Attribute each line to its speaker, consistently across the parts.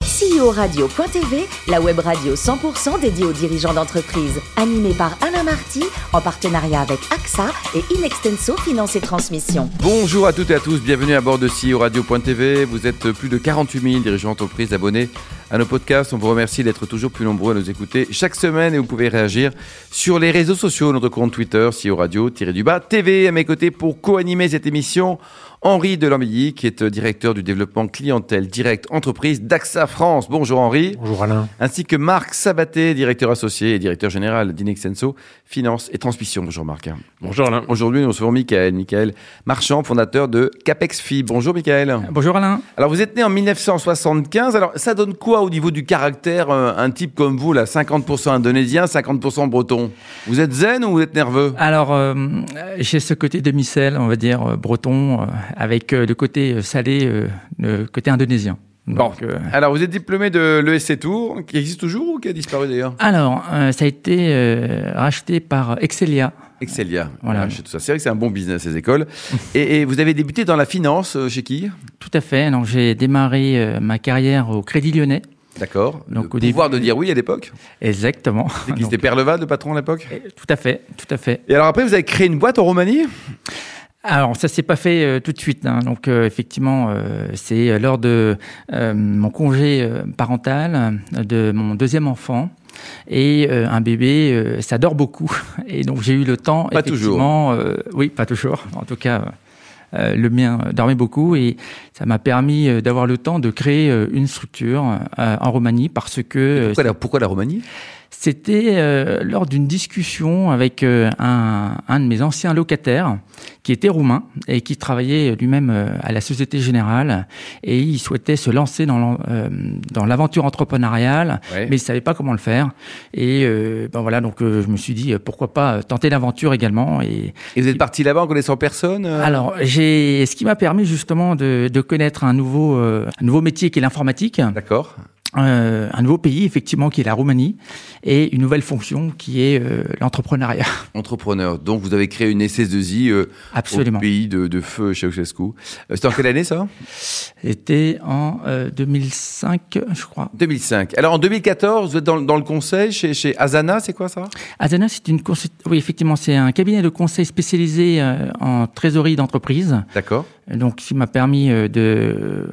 Speaker 1: E DIOradio.tv, la web radio 100% dédiée aux dirigeants d'entreprise. Animée par Alain Marty, en partenariat avec AXA et Inextenso Finance et Transmission.
Speaker 2: Bonjour à toutes et à tous, bienvenue à bord de CEO Radio.tv. Vous êtes plus de 48 000 dirigeants d'entreprise abonnés à nos podcasts. On vous remercie d'être toujours plus nombreux à nous écouter chaque semaine et vous pouvez réagir sur les réseaux sociaux, notre compte Twitter, CEO Radio-du-Bas TV. À mes côtés pour co-animer cette émission, Henri Delambilly, qui est directeur du développement clientèle direct entreprise d'AXA France. Bonjour Henri.
Speaker 3: Bonjour Alain.
Speaker 2: Ainsi que Marc Sabaté, directeur associé et directeur général d'Inexenso Finance et Transmission. Bonjour Marc.
Speaker 4: Bonjour Alain.
Speaker 2: Aujourd'hui, nous recevons Michael, Michael Marchand, fondateur de CapexFi. Bonjour Michael.
Speaker 5: Bonjour Alain.
Speaker 2: Alors vous êtes né en 1975. Alors ça donne quoi au niveau du caractère euh, un type comme vous, là, 50% indonésien, 50% breton Vous êtes zen ou vous êtes nerveux
Speaker 5: Alors, euh, j'ai ce côté demi-sel, on va dire, euh, breton, euh, avec euh, le côté salé, euh, le côté indonésien.
Speaker 2: Bon,
Speaker 5: Donc, euh,
Speaker 2: alors vous êtes diplômé de l'ESC Tours, qui existe toujours ou qui a disparu d'ailleurs
Speaker 5: alors, euh, ça a été euh, racheté par Excelia.
Speaker 2: Excelia,
Speaker 5: Voilà.
Speaker 2: voilà, chez tout ça. C'est vrai que c'est un bon business ces écoles. et, et vous avez débuté dans la finance euh, chez qui
Speaker 5: Tout à fait. Donc, j'ai démarré euh, ma carrière au Crédit Lyonnais.
Speaker 2: D'accord.
Speaker 5: Donc,
Speaker 2: Le
Speaker 5: au
Speaker 2: pouvoir
Speaker 5: début-
Speaker 2: de dire oui à l'époque.
Speaker 5: Exactement.
Speaker 2: C'était
Speaker 5: Donc,
Speaker 2: Père Leva, le patron à l'époque.
Speaker 5: euh, tout à fait, tout à fait.
Speaker 2: Et alors après, vous avez créé une boîte en Roumanie
Speaker 5: Alors, ça s'est pas fait euh, tout de suite. hein. Donc, euh, effectivement, euh, c'est lors de euh, mon congé euh, parental euh, de mon deuxième enfant. Et euh, un bébé, euh, ça dort beaucoup. Et donc, j'ai eu le temps.
Speaker 2: Pas toujours.
Speaker 5: effectivement, euh, oui, pas toujours. En tout cas, euh, euh, le mien euh, dormait beaucoup. Et ça m'a permis euh, d'avoir le temps de créer euh, une structure euh, en Roumanie parce que euh,
Speaker 2: pourquoi la, pourquoi la Roumanie
Speaker 5: c'était euh, lors d'une discussion avec euh, un, un de mes anciens locataires qui était roumain et qui travaillait lui-même euh, à la Société Générale et il souhaitait se lancer dans l'en- euh, dans l'aventure entrepreneuriale
Speaker 2: Ouais.
Speaker 5: mais il savait pas comment le faire et euh, ben voilà donc euh, je me suis dit euh, pourquoi pas euh, tenter l'aventure également et
Speaker 2: Et vous êtes parti là-bas en connaissant personne euh
Speaker 5: alors j'ai ce qui m'a permis justement de, de connaître un nouveau euh, un nouveau métier qui est l'informatique
Speaker 2: D'accord.
Speaker 5: euh, un nouveau pays, effectivement, qui est la Roumanie, et une nouvelle fonction qui est euh, l'entrepreneuriat.
Speaker 2: Entrepreneur. Donc vous avez créé une SS2I euh, au
Speaker 5: Absolument.
Speaker 2: pays de, de feu Ceausescu. Euh, C'était en quelle année ça
Speaker 5: C'était en euh, 2005, je crois.
Speaker 2: 2005. Alors en 2014, vous êtes dans, dans le conseil chez, chez Asana, c'est quoi ça
Speaker 5: Azana, c'est une consu- oui, effectivement, c'est un cabinet de conseil spécialisé euh, en trésorerie d'entreprise,
Speaker 2: D'accord.
Speaker 5: donc qui m'a permis euh, de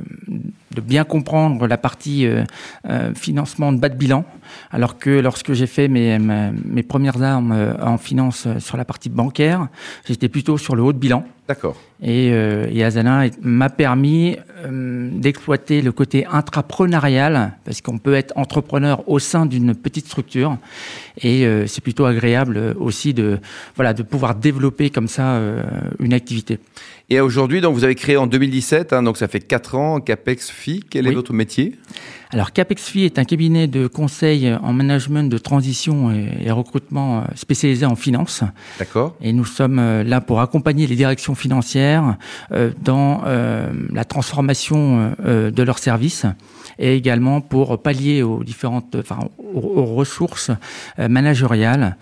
Speaker 5: de bien comprendre la partie euh, euh, financement de bas de bilan, alors que lorsque j'ai fait mes, mes, mes premières armes euh, en finance euh, sur la partie bancaire, j'étais plutôt sur le haut de bilan.
Speaker 2: D'accord.
Speaker 5: Et, euh, et Asana est- m'a permis euh, d'exploiter le côté intrapreneurial, parce qu'on peut être entrepreneur au sein d'une petite structure. Et euh, c'est plutôt agréable euh, aussi de, voilà, de pouvoir développer comme ça euh, une activité.
Speaker 2: Et aujourd'hui, donc vous avez créé en 2017, hein, donc ça fait 4 ans, Capex Fi. Quel est
Speaker 5: Oui.
Speaker 2: votre métier
Speaker 5: Alors CapexFi est un cabinet de conseil en management de transition et, et recrutement euh, spécialisé en finance.
Speaker 2: D'accord.
Speaker 5: Et nous sommes euh, là pour accompagner les directions financières euh, dans euh, la transformation euh, euh, de leurs services et également pour pallier aux différentes, enfin, aux, aux ressources euh, managériales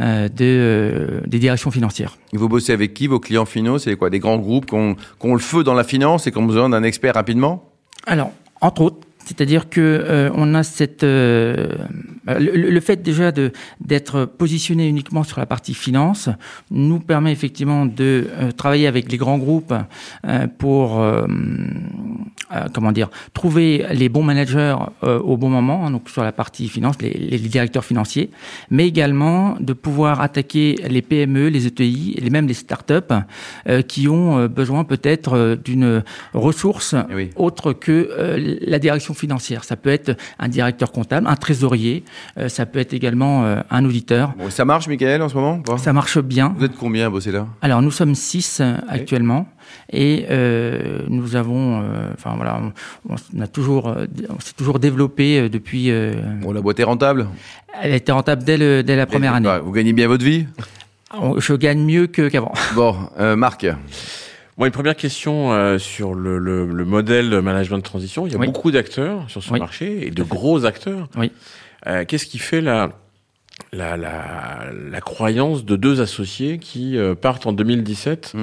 Speaker 5: euh, de, euh, des directions financières.
Speaker 2: Et Vous bossez avec qui Vos clients finaux, c'est quoi Des grands groupes qui ont, qui ont le feu dans la finance et qui ont besoin d'un expert rapidement
Speaker 5: Alors, entre autres. C'est-à-dire que euh, on a cette euh, le, le- le fait déjà de d'être positionné uniquement sur la partie finance nous permet effectivement de euh, travailler avec les grands groupes euh, pour euh, euh, comment dire trouver les bons managers euh, au bon moment hein, donc sur la partie finance les, les directeurs financiers mais également de pouvoir attaquer les PME les ETI et même les startups euh, qui ont euh, besoin peut-être euh, d'une ressource
Speaker 2: Eh oui.
Speaker 5: autre que euh, la direction financière. Ça peut être un directeur comptable, un trésorier, euh, ça peut être également euh, un auditeur.
Speaker 2: Bon, ça marche, Michael, en ce moment ou pas
Speaker 5: Ça marche bien.
Speaker 2: Vous êtes combien à bosser là
Speaker 5: Alors nous sommes six euh, actuellement et euh, nous avons, euh, enfin voilà, on, on a toujours, euh, on s'est toujours développé euh, depuis. euh,
Speaker 2: Bon, la boîte est rentable
Speaker 5: elle était rentable dès, le- dès la première année.
Speaker 2: Bah, Vous gagnez bien votre vie
Speaker 5: On- Je gagne mieux que qu'avant.
Speaker 2: Bon, euh, Marc,
Speaker 4: Bon, une première question euh, sur le, le, le modèle de management de transition. Il y a
Speaker 5: Oui.
Speaker 4: beaucoup d'acteurs sur ce
Speaker 5: Oui.
Speaker 4: marché et de gros acteurs.
Speaker 5: Oui.
Speaker 4: Euh, Qu'est-ce qui fait la, la, la, la croyance de deux associés qui euh, partent en 2017
Speaker 2: Mm.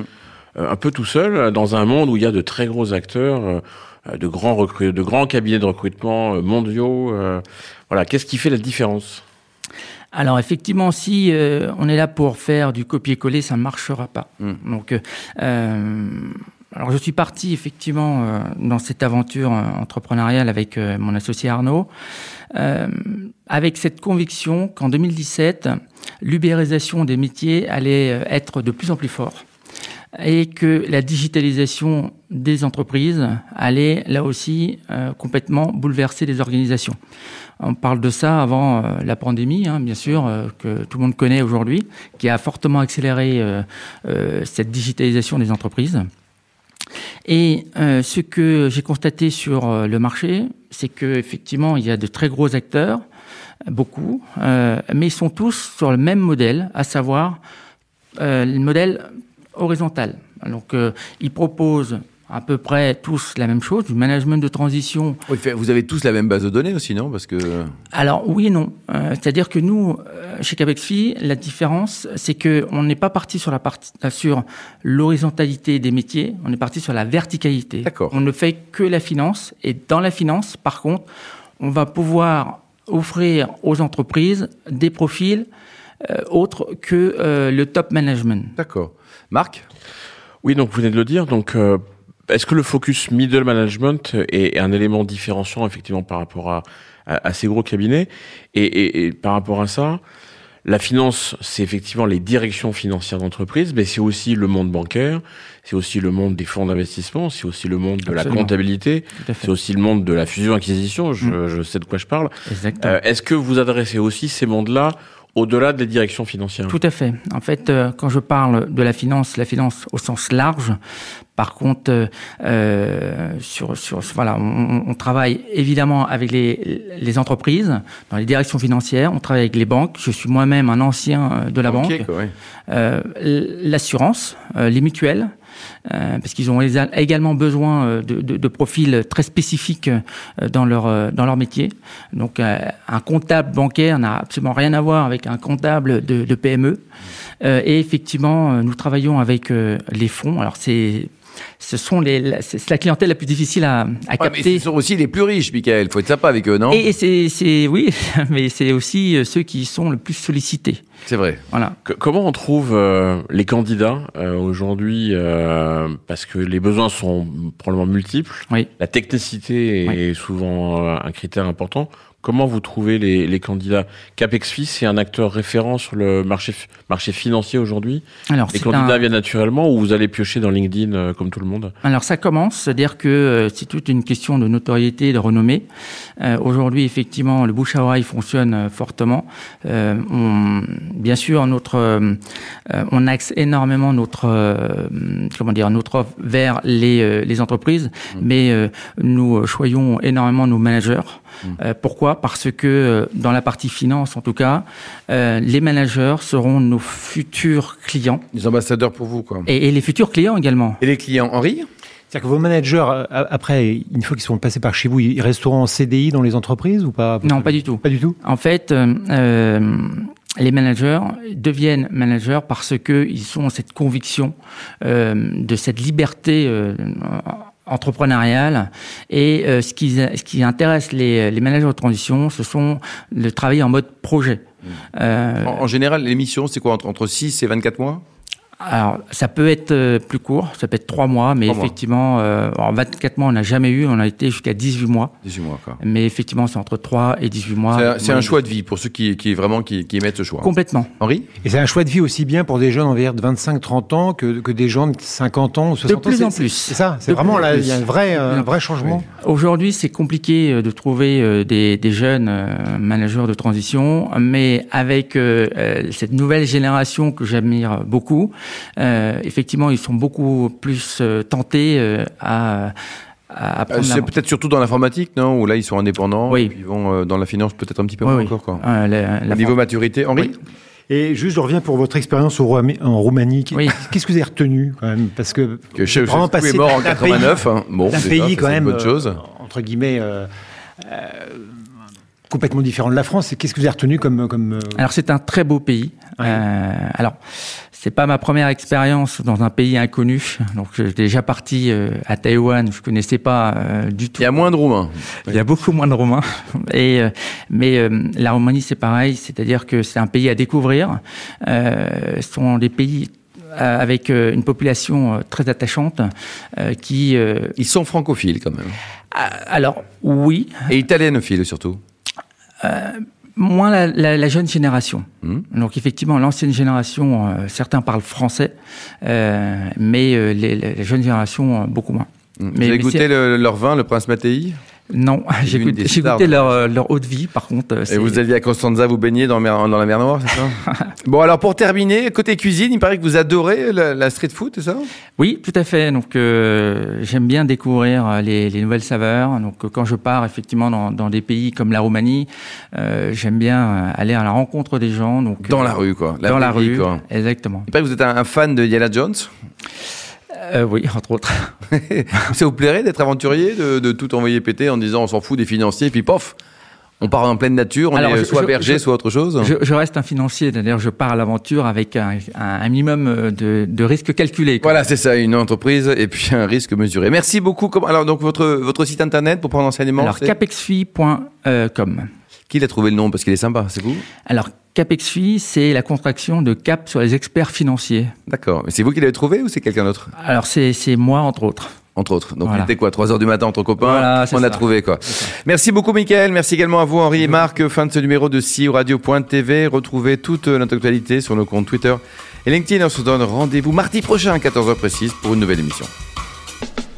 Speaker 4: euh, un peu tout seul euh, dans un monde où il y a de très gros acteurs, euh, euh, de grands recru- de grands cabinets de recrutement euh, mondiaux. euh, voilà, qu'est-ce qui fait la différence
Speaker 5: Alors effectivement, si euh, on est là pour faire du copier-coller, ça ne marchera pas.
Speaker 2: Mm.
Speaker 5: Donc, euh, euh, alors je suis parti effectivement euh, dans cette aventure euh, entrepreneuriale avec euh, mon associé Arnaud, euh, avec cette conviction qu'en 2017, l'ubérisation des métiers allait euh, être de plus en plus forte et que la digitalisation des entreprises allait là aussi euh, complètement bouleverser les organisations. On parle de ça avant euh, la pandémie, hein, bien sûr, euh, que tout le monde connaît aujourd'hui, qui a fortement accéléré euh, euh, cette digitalisation des entreprises. Et euh, ce que j'ai constaté sur euh, le marché, c'est que effectivement, il y a de très gros acteurs, beaucoup, euh, mais ils sont tous sur le même modèle, à savoir euh, le modèle horizontal. Donc, euh, ils proposent à peu près tous la même chose, du management de transition
Speaker 2: Oui, fait- Vous avez tous la même base de données aussi, non Parce que
Speaker 5: alors oui et non. Euh, C'est-à-dire que nous, euh, chez Cabexfi, la différence, c'est que on n'est pas parti sur la partie sur l'horizontalité des métiers, on est parti sur la verticalité.
Speaker 2: D'accord.
Speaker 5: On ne fait que la finance et dans la finance, par contre, on va pouvoir offrir aux entreprises des profils euh, autres que euh, le top management.
Speaker 2: d'accord. Marc,
Speaker 4: Oui, donc vous venez de le dire. Donc, euh, est-ce que le focus middle management est, est un élément différenciant effectivement par rapport à, à, à ces gros cabinets et, et- et par rapport à ça, la finance, c'est effectivement les directions financières d'entreprise, mais c'est aussi le monde bancaire, c'est aussi le monde des fonds d'investissement, c'est aussi le monde de la
Speaker 5: Absolument.
Speaker 4: comptabilité,
Speaker 5: Tout à Mm.
Speaker 4: c'est aussi le monde de la fusion-acquisition. Je, je sais de quoi je parle.
Speaker 5: Exactement.
Speaker 4: Euh, est-ce que vous adressez aussi ces mondes-là au-delà des directions financières
Speaker 5: Tout à fait. En fait, euh, quand je parle de la finance, la finance au sens large. Par contre, euh, euh, sur, sur voilà, on, on travaille évidemment avec les, les entreprises, dans les directions financières. On travaille avec les banques. Je suis moi-même un ancien euh, de la
Speaker 2: Banquier,
Speaker 5: banque,
Speaker 2: quoi, ouais.
Speaker 5: Euh, l'assurance, euh, les mutuelles, euh, parce qu'ils ont ésa- également besoin euh, de, de- de profils très spécifiques euh, dans leur euh, dans leur métier. Donc euh, un comptable bancaire n'a absolument rien à voir avec un comptable de, de PME. Euh, et effectivement, euh, nous travaillons avec euh, les fonds. Alors c'est ce sont les la- c'est la clientèle la plus difficile à, à
Speaker 2: Ouais, mais
Speaker 5: capter.
Speaker 2: ce sont aussi les plus riches, Michael. Faut être sympa avec eux, non
Speaker 5: et et c'est c'est oui, mais c'est aussi euh, ceux qui sont le plus sollicités.
Speaker 2: C'est vrai.
Speaker 5: Voilà.
Speaker 4: Que- comment on trouve euh, les candidats euh, aujourd'hui euh, Parce que les besoins sont probablement multiples.
Speaker 5: Oui.
Speaker 4: La technicité
Speaker 5: Oui.
Speaker 4: est souvent euh, un critère important. Comment vous trouvez les, les candidats CapExFi, c'est un acteur référent sur le marché, f- marché financier aujourd'hui.
Speaker 5: Alors
Speaker 4: Les
Speaker 5: c'est un-
Speaker 4: candidats viennent naturellement ou vous allez piocher dans LinkedIn euh, comme tout le monde
Speaker 5: Alors ça commence, c'est-à-dire que euh, c'est toute une question de notoriété, de renommée. Euh, Aujourd'hui, effectivement, le bouche à oreille fonctionne euh, fortement. Euh, on, bien sûr, notre, euh, euh, on axe énormément notre, euh, comment dire, notre offre vers les, euh, les entreprises, mais euh, nous euh, choyons énormément nos managers. Euh, pourquoi Parce que euh, dans la partie finance, en tout cas, euh, les managers seront nos futurs clients
Speaker 2: Les ambassadeurs pour vous, quoi.
Speaker 5: et- Euh. et les futurs clients également.
Speaker 2: Et les clients, Henri
Speaker 3: C'est-à-dire que vos managers, euh, a- après, une fois qu'ils sont passés par chez vous, ils resteront en CDI dans les entreprises ou pas
Speaker 5: Non, pas du tout.
Speaker 3: Pas du tout
Speaker 5: En fait, euh, euh, les managers deviennent managers parce qu'ils ont cette conviction euh, de cette liberté euh, entrepreneuriale. Et euh, ce, qui, ce qui intéresse les, les managers de transition, ce sont le travail en mode projet.
Speaker 2: Mmh.
Speaker 5: Euh,
Speaker 2: En, en général, les missions, c'est quoi entre, entre 6 et 24 mois
Speaker 5: alors, ça peut être euh, plus court, ça peut être trois mois, mais
Speaker 2: Trois mois.
Speaker 5: effectivement, euh, en 24 mois, on n'a jamais eu, on a été jusqu'à 18 mois.
Speaker 2: 18 mois, quoi.
Speaker 5: Mais effectivement, c'est entre 3 et 18 mois.
Speaker 2: C'est un- c'est un, choix de vie pour ceux qui, qui vraiment qui, qui émettent ce choix.
Speaker 5: Complètement.
Speaker 2: Henri
Speaker 3: Et c'est un choix de vie aussi bien pour des jeunes envers de 25-30 ans que, que des gens de 50 ans ou 60 ans.
Speaker 5: plus
Speaker 3: C'est-
Speaker 5: en
Speaker 3: c'est-
Speaker 5: plus.
Speaker 3: C'est ça, c'est
Speaker 5: De
Speaker 3: vraiment
Speaker 5: plus en
Speaker 3: là,
Speaker 5: plus.
Speaker 3: il y a un vrai,
Speaker 5: De plus
Speaker 3: euh,
Speaker 5: en
Speaker 3: un vrai changement.
Speaker 5: Aujourd'hui, c'est compliqué euh, de trouver euh, des, des jeunes euh, managers de transition, mais avec euh, euh, cette nouvelle génération que j'admire beaucoup, euh, effectivement, ils sont beaucoup plus euh, tentés euh, à, à, à
Speaker 2: Euh,
Speaker 5: prendre
Speaker 2: C'est
Speaker 5: la-
Speaker 2: peut-être surtout dans l'informatique, non Où là, ils sont indépendants.
Speaker 5: Oui.
Speaker 2: et puis ils vont euh, dans la finance peut-être un petit peu
Speaker 5: Oui,
Speaker 2: moins
Speaker 5: oui.
Speaker 2: encore, quoi.
Speaker 5: euh, la- la
Speaker 2: Au niveau maturité, Henri
Speaker 3: Et juste, je reviens pour votre expérience au Roumanie- en Roumanie. Qu'est-
Speaker 5: Oui.
Speaker 3: Qu'est-ce que vous avez retenu quand même Parce que,
Speaker 2: Que Che-
Speaker 3: vraiment
Speaker 2: Ceausescu est
Speaker 3: passer
Speaker 2: mort en
Speaker 3: d'un pays-
Speaker 2: 89. hein. Bon,
Speaker 3: d'un
Speaker 2: déjà, ça,
Speaker 3: pays
Speaker 2: c'est
Speaker 3: quand même,
Speaker 2: une bonne chose.
Speaker 3: euh, entre guillemets, euh, euh, complètement différent de la France. Et Qu'est-ce que vous avez retenu comme, comme euh,
Speaker 5: Alors c'est un très beau pays.
Speaker 3: Ouais.
Speaker 5: Euh, alors c'est- C'est pas ma première expérience dans un pays inconnu. Donc, j'étais déjà parti euh, à Taïwan. Je connaissais pas euh, du
Speaker 2: Il
Speaker 5: tout.
Speaker 2: y a moins de hein. Roumains.
Speaker 5: Il y a beaucoup moins de Romains. Et euh, mais euh, la Roumanie c'est pareil, c'est-à-dire que c'est un pays à découvrir. Euh, ce sont des pays euh, avec euh, une population euh, très attachante euh, qui. euh,
Speaker 2: Ils sont francophiles quand même.
Speaker 5: a- alors oui,
Speaker 2: Et italienophiles surtout.
Speaker 5: moins la, la- la jeune génération.
Speaker 2: Mhm.
Speaker 5: Donc effectivement, l'ancienne génération, euh, certains parlent français, euh, mais euh, les, les- la jeune génération euh, beaucoup moins.
Speaker 2: Vous
Speaker 5: Mais-
Speaker 2: avez
Speaker 5: mais
Speaker 2: goûté
Speaker 5: c'est-
Speaker 2: le- leur vin, le Prince Mattei
Speaker 5: Non, j'ai
Speaker 2: une
Speaker 5: goûté,
Speaker 2: des
Speaker 5: j'ai
Speaker 2: stars
Speaker 5: goûté
Speaker 2: de-
Speaker 5: leur, euh, leur eau de vie, par contre. euh,
Speaker 2: Et
Speaker 5: c'est-
Speaker 2: vous alliez à Costanza vous baigner dans, mer- dans la mer Noire, c'est ça Bon, alors pour terminer, côté cuisine, il paraît que vous adorez la, la street food, c'est ça
Speaker 5: Oui, tout à fait. Donc, euh, j'aime bien découvrir euh, les, les nouvelles saveurs. Donc, euh, quand je pars effectivement dans, dans des pays comme la Roumanie, euh, j'aime bien euh, aller à la rencontre des gens. Donc,
Speaker 2: Dans
Speaker 5: euh,
Speaker 2: la rue, quoi.
Speaker 5: dans
Speaker 2: vraie
Speaker 5: la
Speaker 2: vie,
Speaker 5: rue,
Speaker 2: quoi.
Speaker 5: exactement.
Speaker 2: Il paraît que vous êtes un, un fan de Diana Jones.
Speaker 5: Euh, oui, entre autres.
Speaker 2: ça vous plairait d'être aventurier, de, de tout envoyer péter en disant on s'en fout des financiers, puis pof on part en pleine nature, on
Speaker 5: Alors,
Speaker 2: est euh,
Speaker 5: je-
Speaker 2: soit
Speaker 5: je-
Speaker 2: berger,
Speaker 5: je-
Speaker 2: soit autre chose.
Speaker 5: Je, je reste un financier. D'ailleurs, je pars à l'aventure avec un, un- un minimum euh, de, de risques calculés. quoi.
Speaker 2: Voilà, c'est ça, une entreprise et puis un risque mesuré. Merci beaucoup. Comment- Alors, donc, votre, votre site internet pour prendre enseignement,
Speaker 5: Alors,
Speaker 2: c'est-
Speaker 5: capexfi.com.
Speaker 2: qui l'a trouvé le nom Parce qu'il est sympa, c'est vous
Speaker 5: Alors, capexfi, c'est la contraction de cap sur les experts financiers.
Speaker 2: D'accord. Mais c'est vous qui l'avez trouvé ou c'est quelqu'un d'autre
Speaker 5: Alors, c'est c'est moi, entre autres.
Speaker 2: Entre autres. Donc, il
Speaker 5: Voilà.
Speaker 2: était quoi 3 heures du matin entre copains
Speaker 5: Voilà, c'est
Speaker 2: On a
Speaker 5: ça.
Speaker 2: trouvé, quoi. Merci beaucoup, Mickaël. Merci également à vous, Henri et Marc. Fin de ce numéro de CEO Radio.tv. Retrouvez toute notre actualité sur nos comptes Twitter et LinkedIn. On se donne rendez-vous mardi prochain à 14h précise pour une nouvelle émission.